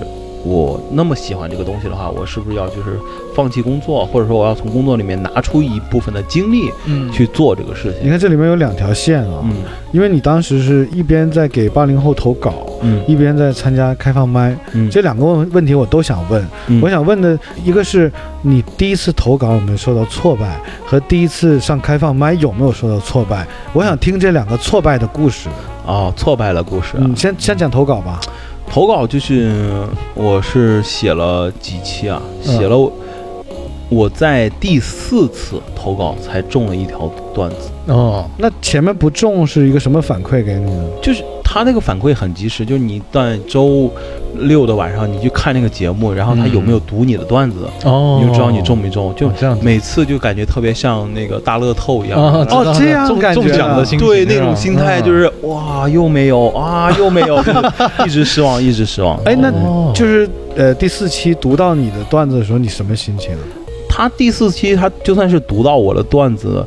Speaker 2: 我那么喜欢这个东西的话，我是不是要就是放弃工作，或者说我要从工作里面拿出一部分的精力
Speaker 3: 嗯
Speaker 2: 去做这个事情
Speaker 1: 你？看这里面有两条线啊，
Speaker 2: 嗯
Speaker 1: 因为你当时是一边在给八零后投稿，
Speaker 2: 嗯
Speaker 1: 一边在参加开放麦，
Speaker 2: 嗯
Speaker 1: 这两个问问题我都想问。
Speaker 2: 嗯
Speaker 1: 我想问的一个是你第一次投稿有没有受到挫败，和第一次上开放麦有没有受到挫败？我想听这两个挫败的故事。
Speaker 2: 哦，挫败了故事啊、
Speaker 1: 嗯，先先讲投稿吧。
Speaker 2: 投稿就是我是写了几期啊，
Speaker 1: 嗯
Speaker 2: 写了我我在第四次投稿才中了一条段子，
Speaker 3: 哦，
Speaker 1: 那前面不中是一个什么反馈给你呢？
Speaker 2: 就是他那个反馈很及时，就是你在周六的晚上你去看那个节目，然后他有没有读你的段子，
Speaker 3: 哦，
Speaker 2: 你就知道你中没中，就
Speaker 3: 哦这样子
Speaker 2: 每次就感觉特别像那个大乐透一样。
Speaker 3: 啊，
Speaker 1: 哦
Speaker 3: 知道
Speaker 1: 这样
Speaker 3: 中
Speaker 1: 感觉
Speaker 3: 中奖的心情
Speaker 2: 对
Speaker 3: 是吧
Speaker 2: 那种心态就
Speaker 3: 嗯
Speaker 2: 是哇又没有啊又没有，就是 一直失望一直失望。
Speaker 1: 哎，那
Speaker 3: 哦
Speaker 1: 就是呃第四期读到你的段子的时候，你什么心情啊？
Speaker 2: 他第四期他就算是读到我的段子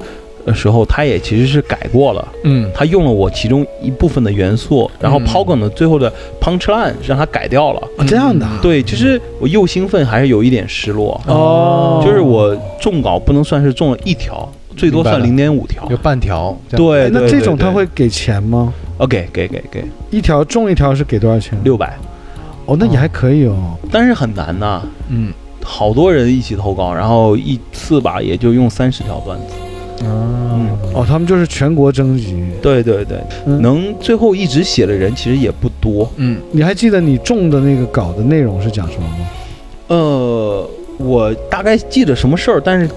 Speaker 2: 的时候，他也其实是改过了，
Speaker 3: 嗯，
Speaker 2: 他用了我其中一部分的元素，然后
Speaker 3: 嗯
Speaker 2: 抛梗的最后的 punch line 让他改掉了。
Speaker 1: 哦这样的啊，
Speaker 2: 对，其实我又兴奋还是有一点失落，
Speaker 3: 嗯
Speaker 1: 哦
Speaker 2: 就是我中稿不能算是中了一条，最多算零
Speaker 3: 明
Speaker 2: 点五条
Speaker 3: 有。半条，这样
Speaker 2: 对
Speaker 1: 哎，那
Speaker 2: 对
Speaker 1: 这
Speaker 2: 对
Speaker 1: 种
Speaker 2: 对
Speaker 1: 他会给钱吗？
Speaker 2: 哦，给给给给
Speaker 1: 一条中一条是给多少钱？
Speaker 2: 六百，
Speaker 1: 哦，那也还可以哦。
Speaker 2: 但是很难呐、
Speaker 3: 嗯
Speaker 2: 好多人一起投稿，然后一次吧也就用三十条段子。
Speaker 3: 啊
Speaker 2: 嗯，
Speaker 1: 哦，他们就是全国征集。
Speaker 2: 对对对，
Speaker 1: 嗯
Speaker 2: 能最后一直写的人其实也不多。
Speaker 3: 嗯
Speaker 1: 你还记得你中的那个稿的内容是讲什么吗？
Speaker 2: 呃，我大概记得什么事儿，但是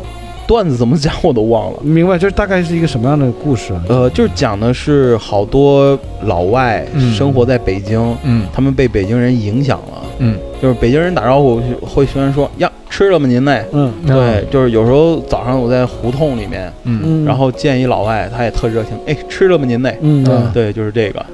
Speaker 2: 段子怎么讲我都忘了。
Speaker 1: 明白，就是大概是一个什么样的故事啊？
Speaker 2: 呃，就是讲的是好多老外
Speaker 3: 嗯
Speaker 2: 生活在北京，
Speaker 3: 嗯
Speaker 2: 他们被北京人影响了。
Speaker 3: 嗯，
Speaker 2: 就是北京人打招呼会喜欢说呀，吃了吗您嘞？
Speaker 1: 嗯
Speaker 2: 对，就是有时候早上我在胡同里面，
Speaker 3: 啊嗯
Speaker 1: 嗯，
Speaker 2: 然后见一老外，他也特热情，哎，吃了吗您嘞？
Speaker 1: 嗯，
Speaker 3: 嗯
Speaker 1: 啊
Speaker 2: 对，就是这个，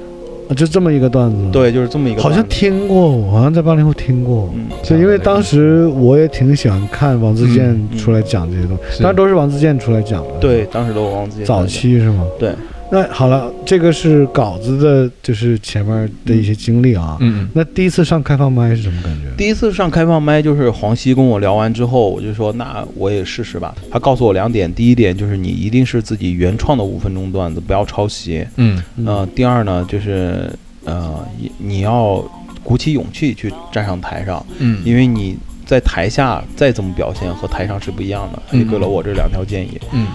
Speaker 1: 就这么一个段子。，
Speaker 2: 对，就是这么一个
Speaker 1: 嗯好
Speaker 2: 段子。
Speaker 1: 像听过，我好像在八零后听过。
Speaker 2: 嗯，
Speaker 1: 就因为当时我也挺喜欢看王自健
Speaker 2: 嗯嗯
Speaker 1: 出来讲这些东西，
Speaker 3: 是
Speaker 1: 当然都是王自健出来讲的。，
Speaker 2: 对，当时都忘记了
Speaker 1: 早期是吗？
Speaker 2: 对。
Speaker 1: 那好了，这个是稿子的，就是前面的一些经历啊。
Speaker 3: 嗯
Speaker 1: 那第一次上开放麦是什么感觉？
Speaker 2: 第一次上开放麦就是黄西跟我聊完之后，我就说那我也试试吧。他告诉我两点，第一点就是你一定是自己原创的五分钟段子，不要抄袭。
Speaker 3: 嗯
Speaker 2: 呃，第二呢就是呃你你要鼓起勇气去站上台上，
Speaker 3: 嗯
Speaker 2: 因为你在台下再怎么表现和台上是不一样的。他就给了我这两条建议，
Speaker 3: 嗯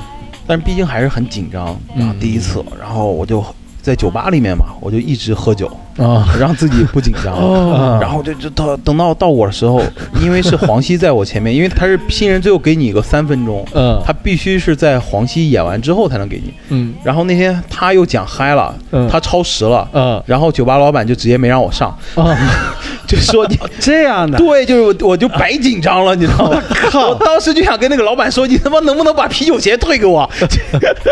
Speaker 2: 但是毕竟还是很紧张，
Speaker 3: 嗯
Speaker 2: 啊，第一次，然后我就在酒吧里面嘛，我就一直喝酒，
Speaker 3: 啊
Speaker 2: 让自己不紧张。啊
Speaker 3: 哦
Speaker 2: 然后就就到等到到我的 时候，因为是黄西在我前面，因为他是新人，最后给你一个三分钟，
Speaker 3: 嗯
Speaker 2: 他必须是在黄西演完之后才能给你。
Speaker 3: 嗯
Speaker 2: 然后那天他又讲嗨了，
Speaker 3: 嗯
Speaker 2: 他超时了，
Speaker 3: 嗯
Speaker 2: 然后酒吧老板就直接没让我 上，
Speaker 3: 啊
Speaker 2: 就说 你。
Speaker 1: 嗯哦这样的，
Speaker 2: 对，就是我，我就白紧张了，你知道 吗？我当时就想跟那个老板说，你他妈能不能把啤酒鞋退给我？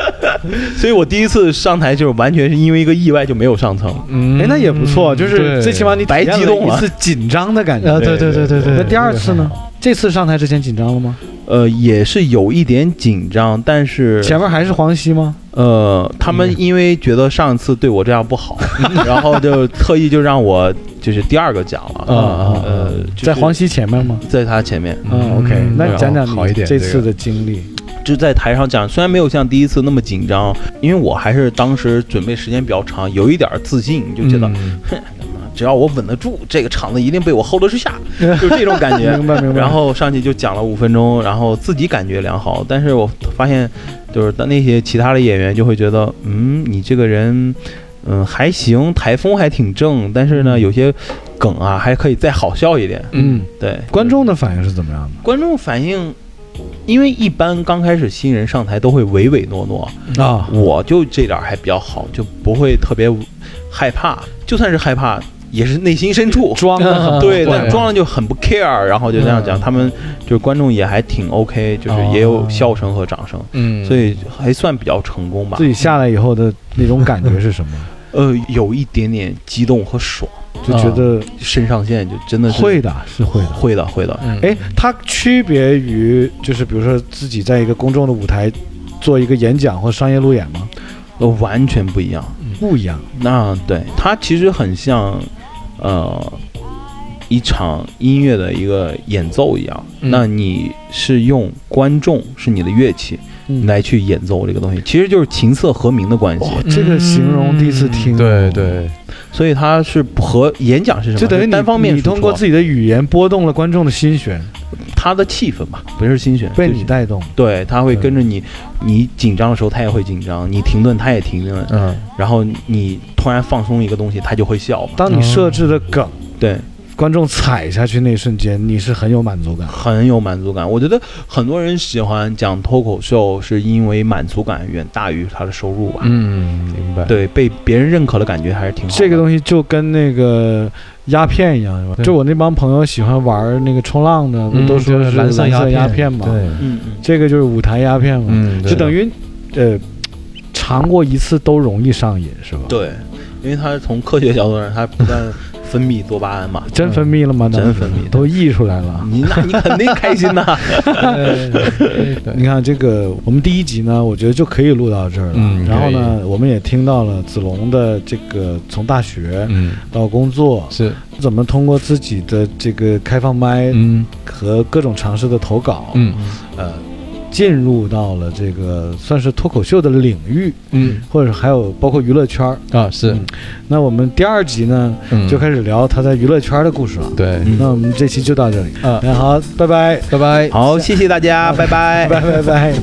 Speaker 2: 所以我第一次上台就是完全是因为一个意外就没有上层。
Speaker 3: 嗯
Speaker 1: 哎，那也不错，就是最起码你体验
Speaker 2: 白激动
Speaker 1: 了一
Speaker 2: 了
Speaker 1: 次紧张的感觉
Speaker 3: 啊，。对对对对对。
Speaker 1: 那第二次呢？这次上台之前紧张了吗？
Speaker 2: 呃，也是有一点紧张，但是
Speaker 1: 前面还是黄西吗？
Speaker 2: 呃，他们因为觉得上次对我这样不好，然后就特意就让我就是第二个讲了，
Speaker 3: 啊啊啊
Speaker 2: 呃，就是
Speaker 1: 在黄西前面吗？
Speaker 2: 在他前面，
Speaker 1: 嗯
Speaker 3: 嗯
Speaker 1: ，OK，那
Speaker 2: 然后
Speaker 1: 讲讲
Speaker 3: 好
Speaker 1: 你
Speaker 3: 一点
Speaker 1: 这
Speaker 3: 这个
Speaker 1: 次的经历。
Speaker 2: 就在台上讲，虽然没有像第一次那么紧张，因为我还是当时准备时间比较长，有一点儿自信，就觉
Speaker 3: 嗯
Speaker 2: 得、只要我稳得住，这个场子一定被我 hold 得住下，就是这种感 觉。
Speaker 1: 明白明白
Speaker 2: 然后上去就讲了五分钟，然后自己感觉良好，但是我发现，就是那些其他的演员就会觉得，嗯，你这个人，嗯，还行，台风还挺正，但
Speaker 1: 嗯
Speaker 2: 是呢，有些梗啊还可以再好笑一点。
Speaker 3: 嗯
Speaker 2: 对，
Speaker 1: 观众的反应是怎么样
Speaker 2: 观众反应，因为一般刚开始新人上台都会唯唯诺诺，
Speaker 1: 的？啊，
Speaker 2: 我就这点儿还比较好，就不会特别害怕，就算是害怕，也是内心深处。
Speaker 1: 装的很 啊
Speaker 2: 对，
Speaker 3: 对
Speaker 2: 但装了就很不 care，然后就这样讲，他们就是观众也还挺 OK，就是也有笑声和掌声，
Speaker 3: 嗯，
Speaker 2: 所以还算比较成功吧
Speaker 1: 自。己下来以后的那种感觉是什 么？
Speaker 2: 呃，有一点点激动和爽，
Speaker 1: 就觉得
Speaker 2: 肾上腺就真的是
Speaker 1: 会的，啊是会的。
Speaker 2: 会的会的。
Speaker 3: 嗯
Speaker 1: 哎，它区别于就是比如说自己在一个公众的舞台做一个演讲或商业路演吗？
Speaker 2: 呃，完全不一样。
Speaker 1: 不一样。
Speaker 2: 那对它其实很像，呃，一场音乐的一个演奏一样。
Speaker 3: 嗯
Speaker 2: 那你是用观众是你的乐器
Speaker 1: 嗯
Speaker 2: 来去演奏这个东西，其实就是琴瑟和鸣的关系。
Speaker 1: 哇，这个形容第一次听。
Speaker 3: 嗯对。对，
Speaker 2: 所以它是不和演讲是什么？
Speaker 1: 就等于
Speaker 2: 是
Speaker 1: 你
Speaker 2: 单方面
Speaker 1: 你
Speaker 2: 输出啊
Speaker 1: 通过自己的语言拨动了观众的心弦，
Speaker 2: 他的气氛吧，不是心血，
Speaker 1: 被
Speaker 2: 就是
Speaker 1: 你带动，
Speaker 2: 对，他会跟着你，你紧张的时候他也会紧张，你停顿他也停顿，
Speaker 3: 嗯，
Speaker 2: 然后你突然放松一个东西，他就会笑嘛。
Speaker 1: 当你设置的梗，
Speaker 2: 对，
Speaker 1: 观众踩下去那一瞬间，你是很有满足感。
Speaker 2: 很有满足感。我觉得很多人喜欢讲脱口秀，是因为满足感远大于他的收入吧。
Speaker 3: 嗯，明白。
Speaker 2: 对，被别人认可的感觉还是挺好的。
Speaker 1: 这个东西就跟那个鸦片一样，是吧？
Speaker 3: 对
Speaker 1: 就我那帮朋友喜欢玩那个冲浪的，不
Speaker 3: 嗯，
Speaker 1: 都说
Speaker 3: 就是蓝
Speaker 1: 色
Speaker 3: 鸦
Speaker 1: 鸦片嘛？
Speaker 3: 对，
Speaker 2: 嗯嗯，
Speaker 1: 这个就是舞台鸦片嘛，
Speaker 3: 嗯，
Speaker 1: 就等于呃，尝过一次都容易上瘾，是吧？
Speaker 2: 对，因为他从科学角度上，他不断分泌多巴胺嘛。
Speaker 1: 真分泌了吗？
Speaker 2: 真
Speaker 1: 当时
Speaker 2: 分泌
Speaker 1: 都溢出来了。
Speaker 2: 你那你肯定开心呐、
Speaker 3: 对对
Speaker 1: 你看这个，我们第一集呢，我觉得就可以录到这儿了。
Speaker 3: 嗯
Speaker 1: 然后呢，我们也听到了子龙的这个从大学
Speaker 3: 嗯，
Speaker 1: 到工作，
Speaker 3: 是，
Speaker 1: 怎么通过自己的这个开放麦
Speaker 3: 嗯
Speaker 1: 和各种尝试的投稿，
Speaker 3: 嗯
Speaker 1: 呃，进入到了这个算是脱口秀的领域，
Speaker 3: 嗯
Speaker 1: 或者还有包括娱乐圈儿。
Speaker 3: 啊是，
Speaker 1: 那我们第二集呢，
Speaker 3: 嗯
Speaker 1: 就开始聊他在娱乐圈的故事了。
Speaker 3: 对，
Speaker 2: 嗯
Speaker 1: 那我们这期就到这里，
Speaker 3: 啊
Speaker 1: 那好，拜拜，
Speaker 3: 拜拜。
Speaker 2: 好，谢谢大家，拜拜
Speaker 1: 拜拜拜。